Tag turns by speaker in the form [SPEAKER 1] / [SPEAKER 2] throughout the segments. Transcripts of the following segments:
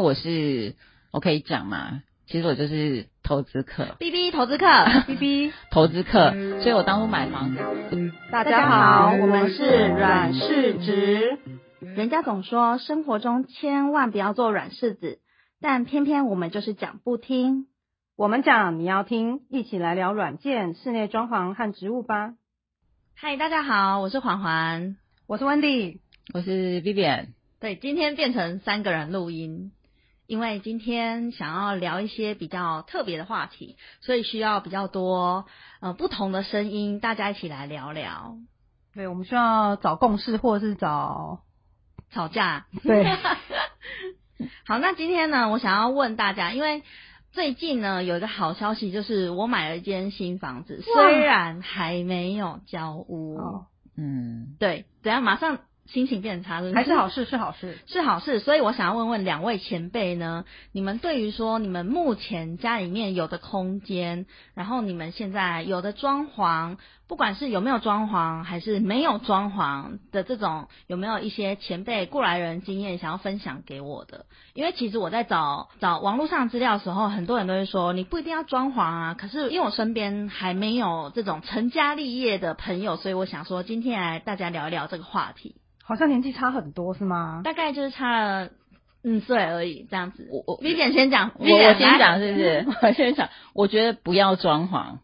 [SPEAKER 1] 我是我可以讲嘛，其实我就是投资客，
[SPEAKER 2] B B 投资 课，B B，
[SPEAKER 1] 投资客，所以我当初买房子，
[SPEAKER 2] 大
[SPEAKER 3] 家好我们是阮
[SPEAKER 2] 世植。人家总说生活中千万不要做软柿子，但偏偏我们就是讲不听。
[SPEAKER 3] 我们讲你要听，一起来聊软件、室内装潢和植物吧。
[SPEAKER 2] 嗨，大家好，我是环环。
[SPEAKER 3] 我是 Wendy，
[SPEAKER 1] 我是 Vivian，
[SPEAKER 2] 对，今天变成三个人录音，因为今天想要聊一些比较特别的话题，所以需要比较多呃不同的声音，大家一起来聊聊
[SPEAKER 3] 对，我们需要找共识，或者是找
[SPEAKER 2] 吵架。
[SPEAKER 3] 对
[SPEAKER 2] 好，那今天呢，我想要问大家，因为最近呢有一个好消息，就是我买了一间新房子，虽然还没有交屋，
[SPEAKER 3] 哦
[SPEAKER 1] 嗯，
[SPEAKER 2] 对，等一下马上心情变差，
[SPEAKER 3] 嗯还是好事，是好事。
[SPEAKER 2] 是好事，所以我想要问问两位前辈呢，你们对于说你们目前家里面有的空间，然后你们现在有的装潢，不管是有没有装潢还是没有装潢的这种，有没有一些前辈过来人经验想要分享给我的？因为其实我在找找网络上资料的时候，很多人都会说你不一定要装潢啊。可是因为我身边还没有这种成家立业的朋友，所以我想说今天来大家聊一聊这个话题。
[SPEAKER 3] 好像年纪差很多是吗？
[SPEAKER 2] 大概就是差了嗯岁而已，这样子。
[SPEAKER 1] 我我
[SPEAKER 2] v i v i a 先讲，
[SPEAKER 1] 我
[SPEAKER 2] Vivian
[SPEAKER 1] 我先
[SPEAKER 2] 来
[SPEAKER 1] 讲是不是？ 我先讲，我觉得不要装潢，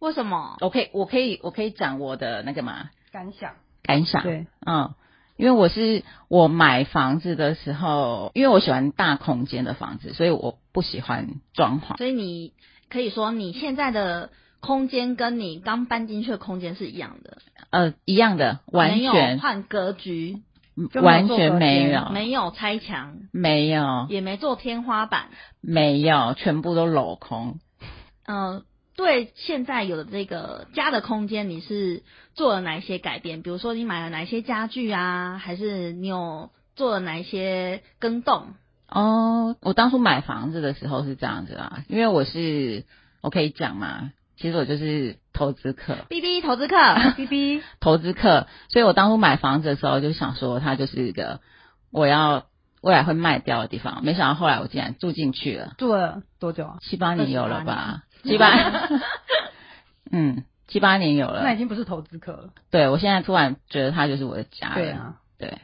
[SPEAKER 2] 为什么？
[SPEAKER 1] 我可以我可以我可以讲我的那个嘛
[SPEAKER 3] 感想
[SPEAKER 1] 感想，
[SPEAKER 3] 对，
[SPEAKER 1] 嗯，因为我是我买房子的时候，因为我喜欢大空间的房子，所以我不喜欢装潢。
[SPEAKER 2] 所以你可以说你现在的空间跟你刚搬进去的空间是一样的，
[SPEAKER 1] 呃，一样的，完
[SPEAKER 2] 没有
[SPEAKER 1] 全
[SPEAKER 2] 换格局，
[SPEAKER 3] 就没有
[SPEAKER 1] 完
[SPEAKER 3] 做
[SPEAKER 1] 全
[SPEAKER 3] 隔
[SPEAKER 1] 没
[SPEAKER 3] 间
[SPEAKER 1] 有，
[SPEAKER 2] 没有拆墙，
[SPEAKER 1] 没有，
[SPEAKER 2] 也没做天花板。
[SPEAKER 1] 没有，全部都镂空。
[SPEAKER 2] 嗯、对现在有的这个家的空间，你是做了哪一些改变？比如说你买了哪一些家具啊，还是你有做了哪一些更动？
[SPEAKER 1] 哦，我当初买房子的时候是这样子啊，因为我是我可以讲嘛，其实我就是投资客，
[SPEAKER 2] B B 投资课，
[SPEAKER 3] ，B B，
[SPEAKER 1] 投资客，所以我当初买房子的时候就想说，它就是一个我要未来会卖掉的地方。没想到后来我竟然住进去了，
[SPEAKER 3] 住了多久啊？
[SPEAKER 1] 七八年有了
[SPEAKER 2] 28
[SPEAKER 1] 吧？七八， 嗯，七八年有
[SPEAKER 3] 那已
[SPEAKER 1] 了。
[SPEAKER 3] 经不是投资客了。
[SPEAKER 1] 对，我现在突然觉得它就是我的家了。
[SPEAKER 3] 对啊，
[SPEAKER 1] 对，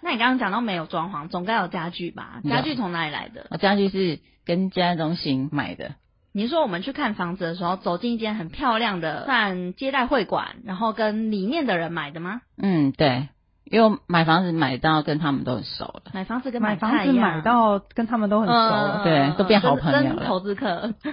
[SPEAKER 2] 那你刚刚讲到没有装潢，总该有家具吧？
[SPEAKER 1] 有
[SPEAKER 2] 家具从哪里来的？
[SPEAKER 1] 我家具是跟家中心买的，
[SPEAKER 2] 你说我们去看房子的时候，走进一间很漂亮的算接待会馆，然后跟里面的人买的吗？
[SPEAKER 1] 嗯，对，因为我买房子买到跟他们都很熟 了，
[SPEAKER 2] 买房子跟
[SPEAKER 3] 买
[SPEAKER 2] 菜
[SPEAKER 3] 房子
[SPEAKER 2] 一样
[SPEAKER 3] 买到跟他们都很熟
[SPEAKER 2] 嗯
[SPEAKER 3] 了。
[SPEAKER 1] 对都变好朋友了
[SPEAKER 2] 真真投资客。
[SPEAKER 1] 对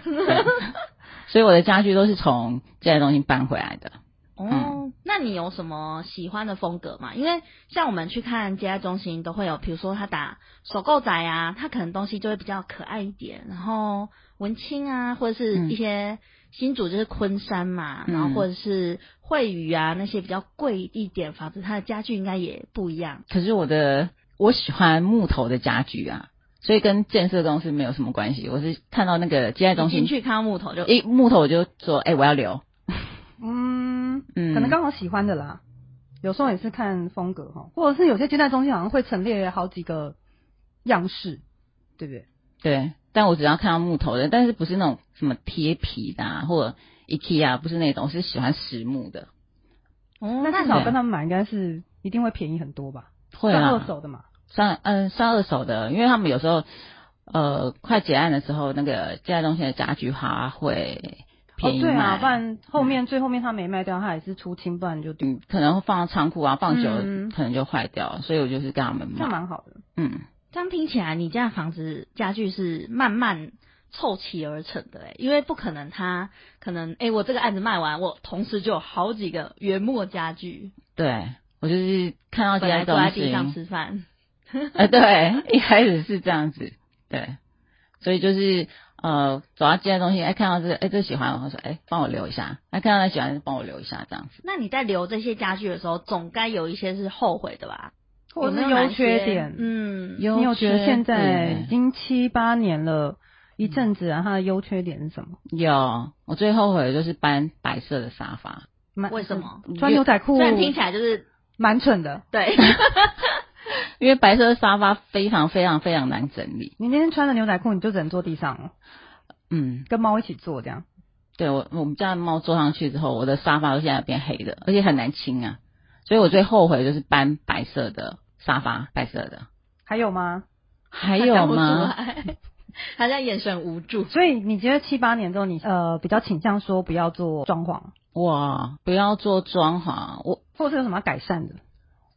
[SPEAKER 1] 所以我的家具都是从这些东西搬回来的。
[SPEAKER 2] 哦，那你有什么喜欢的风格吗？因为像我们去看接待中心，都会有，比如说他打手购仔啊，他可能东西就会比较可爱一点，然后文青啊，或者是一些新主就是昆山嘛，
[SPEAKER 1] 嗯
[SPEAKER 2] 然后或者是惠宇啊那些比较贵一点房子，它的家具应该也不一样。
[SPEAKER 1] 可是我的我喜欢木头的家具啊，所以跟建设公司没有什么关系。我是看到那个接待中
[SPEAKER 2] 你进
[SPEAKER 1] 心，
[SPEAKER 2] 去看到木头就，哦
[SPEAKER 1] 一木头我就说，哎、我要留。
[SPEAKER 3] 嗯，
[SPEAKER 1] 嗯，
[SPEAKER 3] 可能刚好喜欢的啦。有时候也是看风格哈，或者是有些接待中心好像会陈列好几个样式，对不对？
[SPEAKER 1] 对，但我只要看到木头的，但是不是那种什么贴皮的、啊、或者 IKEA 不是那种，我是喜欢实木的。
[SPEAKER 2] 哦，
[SPEAKER 3] 那
[SPEAKER 2] 那
[SPEAKER 3] 至
[SPEAKER 2] 你
[SPEAKER 3] 少跟他们买应该是一定会便宜很多吧？
[SPEAKER 1] 会
[SPEAKER 3] 算
[SPEAKER 1] 啊，
[SPEAKER 3] 二手的嘛，
[SPEAKER 1] 算嗯算二手的，因为他们有时候呃快结案的时候，那个接待中心的家具它会便宜
[SPEAKER 3] 哦、对
[SPEAKER 1] 卖，
[SPEAKER 3] 啊，不然后面、最后面他没卖掉，他也是出清，不然就
[SPEAKER 1] 嗯可能会放到仓库啊，放久了、
[SPEAKER 3] 嗯
[SPEAKER 1] 可能就坏掉了，所以我就是跟他们
[SPEAKER 3] 这样
[SPEAKER 1] 买，
[SPEAKER 3] 蛮好的。
[SPEAKER 1] 嗯，
[SPEAKER 2] 这样听起来，你家的房子家具是慢慢凑齐而成的、欸，因为不可能它可能，哎、我这个案子卖完，我同时就有好几个原木家具，
[SPEAKER 1] 对我就是看到
[SPEAKER 2] 本
[SPEAKER 1] 接待
[SPEAKER 2] 来坐在
[SPEAKER 1] 中
[SPEAKER 2] 地上
[SPEAKER 1] 心，
[SPEAKER 2] 吃饭，
[SPEAKER 1] 呃对， 一开始是这样子，对，所以就是呃走到接待中心，哎看到这个哎这喜欢，我说哎帮我留一下，哎看到他喜欢帮我留一下这样子，
[SPEAKER 2] 那你在留这些家具的时候，总该有一些是后悔的吧？
[SPEAKER 3] 或
[SPEAKER 2] 有
[SPEAKER 3] 者
[SPEAKER 2] 没有
[SPEAKER 3] 是优
[SPEAKER 2] 哪
[SPEAKER 3] 缺
[SPEAKER 2] 些
[SPEAKER 3] 点，
[SPEAKER 2] 嗯，
[SPEAKER 3] 你有觉得现在
[SPEAKER 1] 点
[SPEAKER 3] 已经七八年了，一阵子啊，它的优缺点是什么？
[SPEAKER 1] 有，我最后悔的就是搬白色的沙发。
[SPEAKER 3] 蛮
[SPEAKER 2] 为什么？
[SPEAKER 3] 穿牛仔裤
[SPEAKER 2] 虽然听起来就是
[SPEAKER 3] 蛮蠢的，
[SPEAKER 2] 对，
[SPEAKER 1] 因为白色的沙发非常非常非常难整理。
[SPEAKER 3] 你那天穿着牛仔裤，你就只能坐地上了，
[SPEAKER 1] 嗯，
[SPEAKER 3] 跟猫一起坐这样。
[SPEAKER 1] 对我我们家的猫坐上去之后，我的沙发都现在变黑的，而且很难清啊。所以我最后悔就是搬白色的沙发，白色的。
[SPEAKER 3] 还有吗？
[SPEAKER 1] 还有吗？
[SPEAKER 2] 看不出来？ 他在眼神无助。
[SPEAKER 3] 所以你觉得七八年之后你，呃比较倾向说不要做装潢，
[SPEAKER 1] 哇，不要做装潢，啊我
[SPEAKER 3] 或者是有什么要改善的？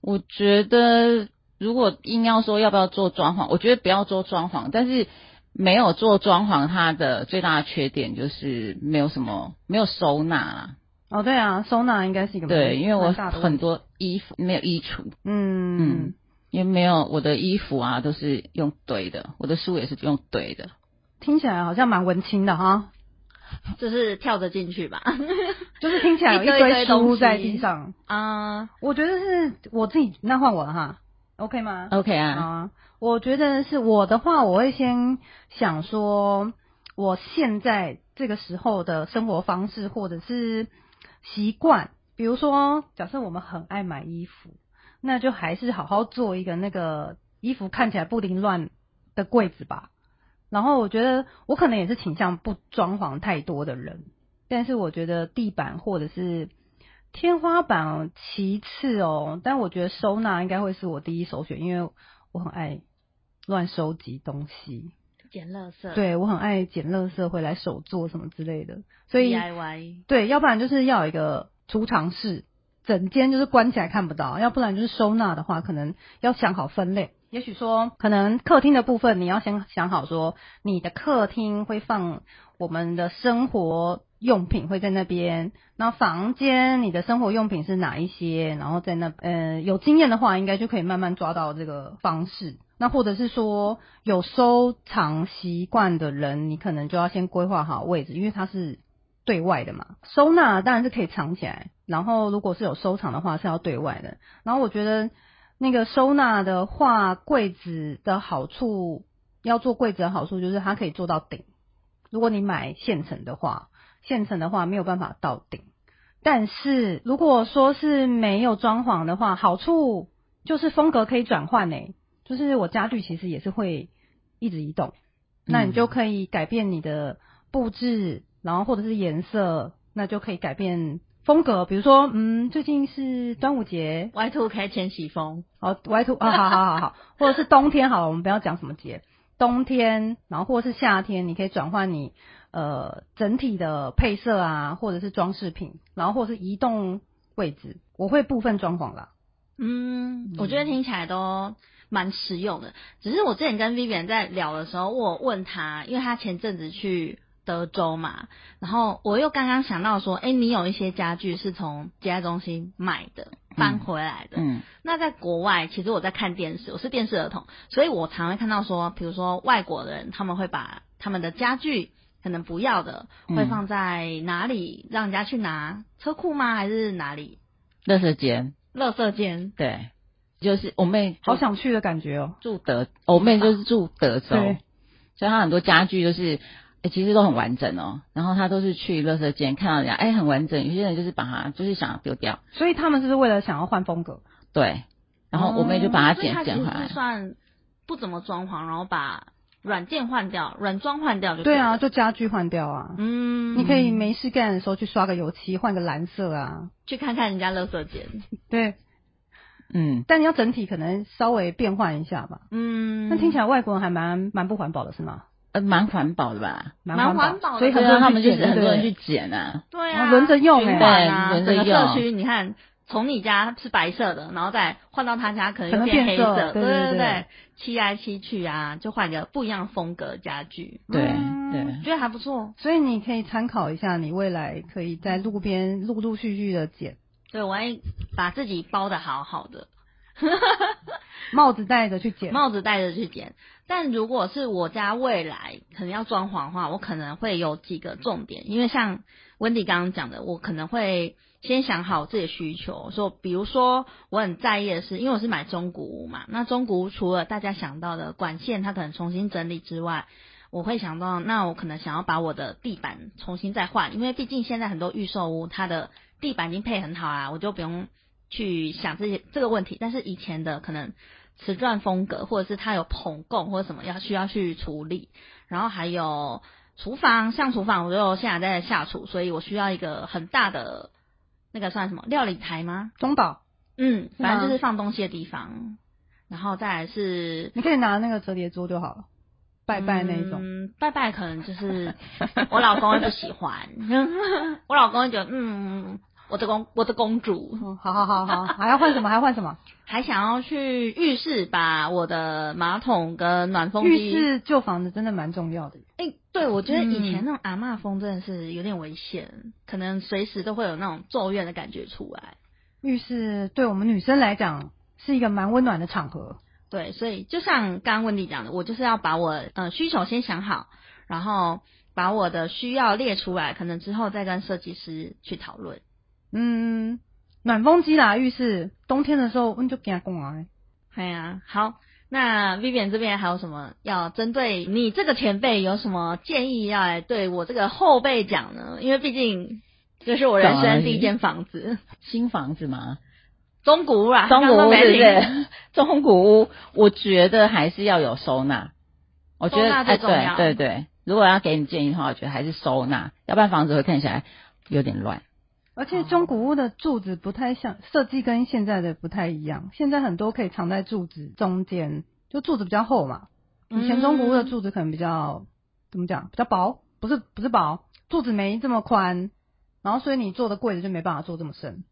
[SPEAKER 1] 我觉得，如果硬要说要不要做装潢，我觉得不要做装潢。但是没有做装潢，它的最大的缺点就是没有什么没有收纳啦。
[SPEAKER 3] 哦，对啊，收纳应该是一个
[SPEAKER 1] 对，
[SPEAKER 3] 蛮
[SPEAKER 1] 因为我
[SPEAKER 3] 蛮大的问
[SPEAKER 1] 很
[SPEAKER 3] 题
[SPEAKER 1] 多衣服没有衣橱，
[SPEAKER 3] 嗯
[SPEAKER 1] 嗯也没有我的衣服啊，都是用堆的，我的书也是用堆的。
[SPEAKER 3] 听起来好像蛮文青的哈，
[SPEAKER 2] 就是跳着进去吧。
[SPEAKER 3] 就是听起来有
[SPEAKER 2] 一堆一堆
[SPEAKER 3] 堆
[SPEAKER 2] 东
[SPEAKER 3] 书
[SPEAKER 2] 西
[SPEAKER 3] 在地上。
[SPEAKER 2] 啊、
[SPEAKER 3] 我觉得是我自己，那换我了哈，OK 吗？
[SPEAKER 1] OK
[SPEAKER 3] 好
[SPEAKER 1] 啊，
[SPEAKER 3] 啊，我觉得是我的话，我会先想说，我现在这个时候的生活方式或者是习惯，比如说，假设我们很爱买衣服，那就还是好好做一个那个衣服看起来不凌乱的柜子吧。然后我觉得我可能也是倾向不装潢太多的人，但是我觉得地板或者是天花板其次哦，但我觉得收纳应该会是我第一首选，因为我很爱乱收集东西，
[SPEAKER 2] 捡垃圾，
[SPEAKER 3] 对我很爱捡垃圾回来手做什么之类的，所以
[SPEAKER 2] DIY，
[SPEAKER 3] 对，要不然就是要有一个储藏室，整间就是关起来看不到；要不然就是收纳的话，可能要想好分类。也许说，可能客厅的部分你要先想好说，你的客厅会放我们的生活用品会在那边，那房间你的生活用品是哪一些，然后在那呃有经验的话，应该就可以慢慢抓到这个方式。那或者是说有收藏习惯的人，你可能就要先规划好位置，因为它是对外的嘛。收纳当然是可以藏起来，然后如果是有收藏的话是要对外的。然后我觉得那个收纳的话，柜子的好处，要做柜子的好处就是它可以做到顶。如果你买现成的话，现成的话没有办法到顶。但是如果说是没有装潢的话，好处就是风格可以转换诶，就是我家具其实也是会一直移动，那你就可以改变你的布置，然后或者是颜色，那就可以改变风格。比如说，嗯，最近是端午节，
[SPEAKER 2] Y Two K 千禧风，
[SPEAKER 3] 好，Y two 啊，好好好 好，或者是冬天好了，我们不要讲什么节，冬天，然后或者是夏天，你可以转换你呃整体的配色啊，或者是装饰品，然后或者是移动位置，我会部分装潢啦。
[SPEAKER 2] 嗯，我觉得听起来都蛮实用的。只是我之前跟 Vivian 在聊的时候，我有问他，因为他前阵子去德州嘛，然后我又刚刚想到说，哎、你有一些家具是从接待中心买的，搬回来的，
[SPEAKER 1] 嗯
[SPEAKER 2] 那在国外，其实我在看电视，我是电视儿童，所以我常会看到说，比如说外国人他们会把他们的家具可能不要的，
[SPEAKER 1] 嗯
[SPEAKER 2] 会放在哪里让人家去拿？车库吗？还是哪里？
[SPEAKER 1] 垃圾间，
[SPEAKER 2] 垃圾间？
[SPEAKER 1] 对，就是我妹
[SPEAKER 3] 好想去的感觉哦、
[SPEAKER 1] 住德，我妹就是住德州，
[SPEAKER 3] 对
[SPEAKER 1] 所以她很多家具就是、欸其实都很完整哦。然后她都是去垃圾间看到人家，哎、很完整。有些人就是把它就是想要丢掉，
[SPEAKER 3] 所以他们是不是为了想要换风格？
[SPEAKER 1] 对。然后我妹就把它
[SPEAKER 3] 哦
[SPEAKER 2] 所以
[SPEAKER 1] 捡
[SPEAKER 2] 它其
[SPEAKER 1] 捡
[SPEAKER 2] 实
[SPEAKER 1] 回
[SPEAKER 2] 是
[SPEAKER 1] 来，
[SPEAKER 2] 算不怎么装潢，然后把软件换掉，软装换掉就
[SPEAKER 3] 对啊，
[SPEAKER 2] 了，
[SPEAKER 3] 就家具换掉啊。
[SPEAKER 2] 嗯，
[SPEAKER 3] 你可以没事干的时候去刷个油漆，换个蓝色啊。
[SPEAKER 2] 去看看人家垃圾间，
[SPEAKER 3] 对，
[SPEAKER 1] 嗯，
[SPEAKER 3] 但你要整体可能稍微变换一下吧。
[SPEAKER 2] 嗯，
[SPEAKER 3] 那听起来外国人还蛮蛮不环保的，是吗？
[SPEAKER 1] 呃，蛮环保的吧？
[SPEAKER 2] 蛮环保的
[SPEAKER 3] 所以
[SPEAKER 1] 所
[SPEAKER 3] 很
[SPEAKER 1] 以
[SPEAKER 3] 多人
[SPEAKER 1] 啊他们
[SPEAKER 3] 去
[SPEAKER 1] 就是
[SPEAKER 3] 捡
[SPEAKER 1] 很多人
[SPEAKER 3] 对
[SPEAKER 1] 去捡啊，
[SPEAKER 2] 对
[SPEAKER 3] 然
[SPEAKER 2] 啊，
[SPEAKER 3] 后轮着用
[SPEAKER 2] 循
[SPEAKER 3] 欸
[SPEAKER 2] 环啊，
[SPEAKER 1] 对轮着
[SPEAKER 2] 整个社
[SPEAKER 1] 用
[SPEAKER 2] 区你看，从你家是白色的，然后再换到他家可能
[SPEAKER 3] 可
[SPEAKER 2] 又
[SPEAKER 3] 能
[SPEAKER 2] 变黑
[SPEAKER 3] 变色
[SPEAKER 2] 色，
[SPEAKER 3] 对
[SPEAKER 2] 对
[SPEAKER 3] 对对
[SPEAKER 2] 对，漆来漆去啊，就换一个不一样风格的家具，
[SPEAKER 1] 对
[SPEAKER 3] 嗯
[SPEAKER 1] 对。
[SPEAKER 2] 觉得还不错。
[SPEAKER 3] 所以你可以参考一下，你未来可以在路边陆陆续续的捡，
[SPEAKER 2] 对，我还把自己包的好好的，
[SPEAKER 3] 帽子戴着去捡。
[SPEAKER 2] 帽子戴着去捡。但如果是我家未来可能要装潢的话，我可能会有几个重点，因为像温迪刚刚讲的，我可能会先想好自己的需求。说，比如说我很在意的是，因为我是买中古屋嘛，那中古屋除了大家想到的管线它可能重新整理之外，我会想到，那我可能想要把我的地板重新再换，因为毕竟现在很多预售屋它的地板已经配很好啊，我就不用去想这些这个问题。但是以前的可能瓷砖风格，或者是它有捧供或者什么要需要去处理，然后还有厨房，像厨房我就现在在下厨，所以我需要一个很大的那个算什么料理台吗？
[SPEAKER 3] 中岛，
[SPEAKER 2] 嗯，
[SPEAKER 3] 吗
[SPEAKER 2] 反正就是放东西的地方，然后再来是
[SPEAKER 3] 你可以拿那个折叠桌就好了，拜拜那一种。
[SPEAKER 2] 嗯，拜拜可能就是我老公会不喜欢， 我老公会觉得嗯，我的公我的公主
[SPEAKER 3] 嗯，好好好 好，还要换什么？还要换什么？
[SPEAKER 2] 还想要去浴室把我的马桶跟暖风
[SPEAKER 3] 浴
[SPEAKER 2] 机，
[SPEAKER 3] 室旧房子真的蛮重要的。
[SPEAKER 2] 哎、对我觉得以前
[SPEAKER 1] 嗯
[SPEAKER 2] 那种阿嬷风真的是有点危险，可能随时都会有那种咒怨的感觉出来。
[SPEAKER 3] 浴室对我们女生来讲是一个蛮温暖的场合。
[SPEAKER 2] 对，所以就像刚刚温迪讲的，我就是要把我呃需求先想好，然后把我的需要列出来，可能之后再跟设计师去讨论。
[SPEAKER 3] 嗯，暖风机啦，浴室冬天的时候温就给它供啊。
[SPEAKER 2] 哎呀，好，那 Vivian 这边还有什么要针对你这个前辈有什么建议要来对我这个后辈讲呢？因为毕竟这是我人生第一间房子，
[SPEAKER 1] 新房子吗？
[SPEAKER 2] 中古屋啦，
[SPEAKER 1] 中古
[SPEAKER 2] 啊刚刚
[SPEAKER 1] 屋
[SPEAKER 2] 没
[SPEAKER 1] 对不
[SPEAKER 2] 听
[SPEAKER 1] 对？ 中古屋，我觉得还是要有收纳。我觉
[SPEAKER 2] 收
[SPEAKER 1] 得
[SPEAKER 2] 纳
[SPEAKER 1] 哎，
[SPEAKER 2] 最重要
[SPEAKER 1] 对对对，如果要给你建议的话，我觉得还是收纳，要不然房子会看起来有点乱。
[SPEAKER 3] 而
[SPEAKER 2] 哦
[SPEAKER 3] 且中古屋的柱子不太像，设计跟现在的不太一样。现在很多可以藏在柱子中间，就柱子比较厚嘛。
[SPEAKER 2] 嗯
[SPEAKER 3] 以前中古屋的柱子可能比较怎么讲，比较薄，不是不是薄，柱子没这么宽，然后所以你做的柜子就没办法做这么深。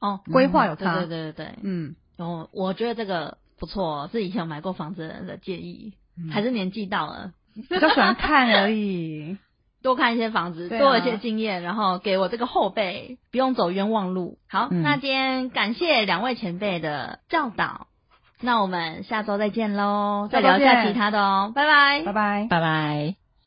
[SPEAKER 2] 哦，
[SPEAKER 3] 规划有
[SPEAKER 2] 对
[SPEAKER 3] 差，
[SPEAKER 2] 对对对对，
[SPEAKER 3] 嗯，
[SPEAKER 2] 哦，我觉得这个不错，哦是以前有买过房子的人的建议，
[SPEAKER 3] 嗯
[SPEAKER 2] 还是年纪到了。
[SPEAKER 3] 比较喜欢看而 已。
[SPEAKER 2] 多看一些房子，
[SPEAKER 3] 对啊
[SPEAKER 2] 多一些经验，然后给我这个后辈不用走冤枉路。好，
[SPEAKER 1] 嗯
[SPEAKER 2] 那今天感谢两位前辈的教导，那我们下周再见喽，再聊一
[SPEAKER 3] 下周
[SPEAKER 2] 下
[SPEAKER 3] 见
[SPEAKER 2] 其他的哦，拜拜
[SPEAKER 3] 拜拜。
[SPEAKER 1] 拜拜。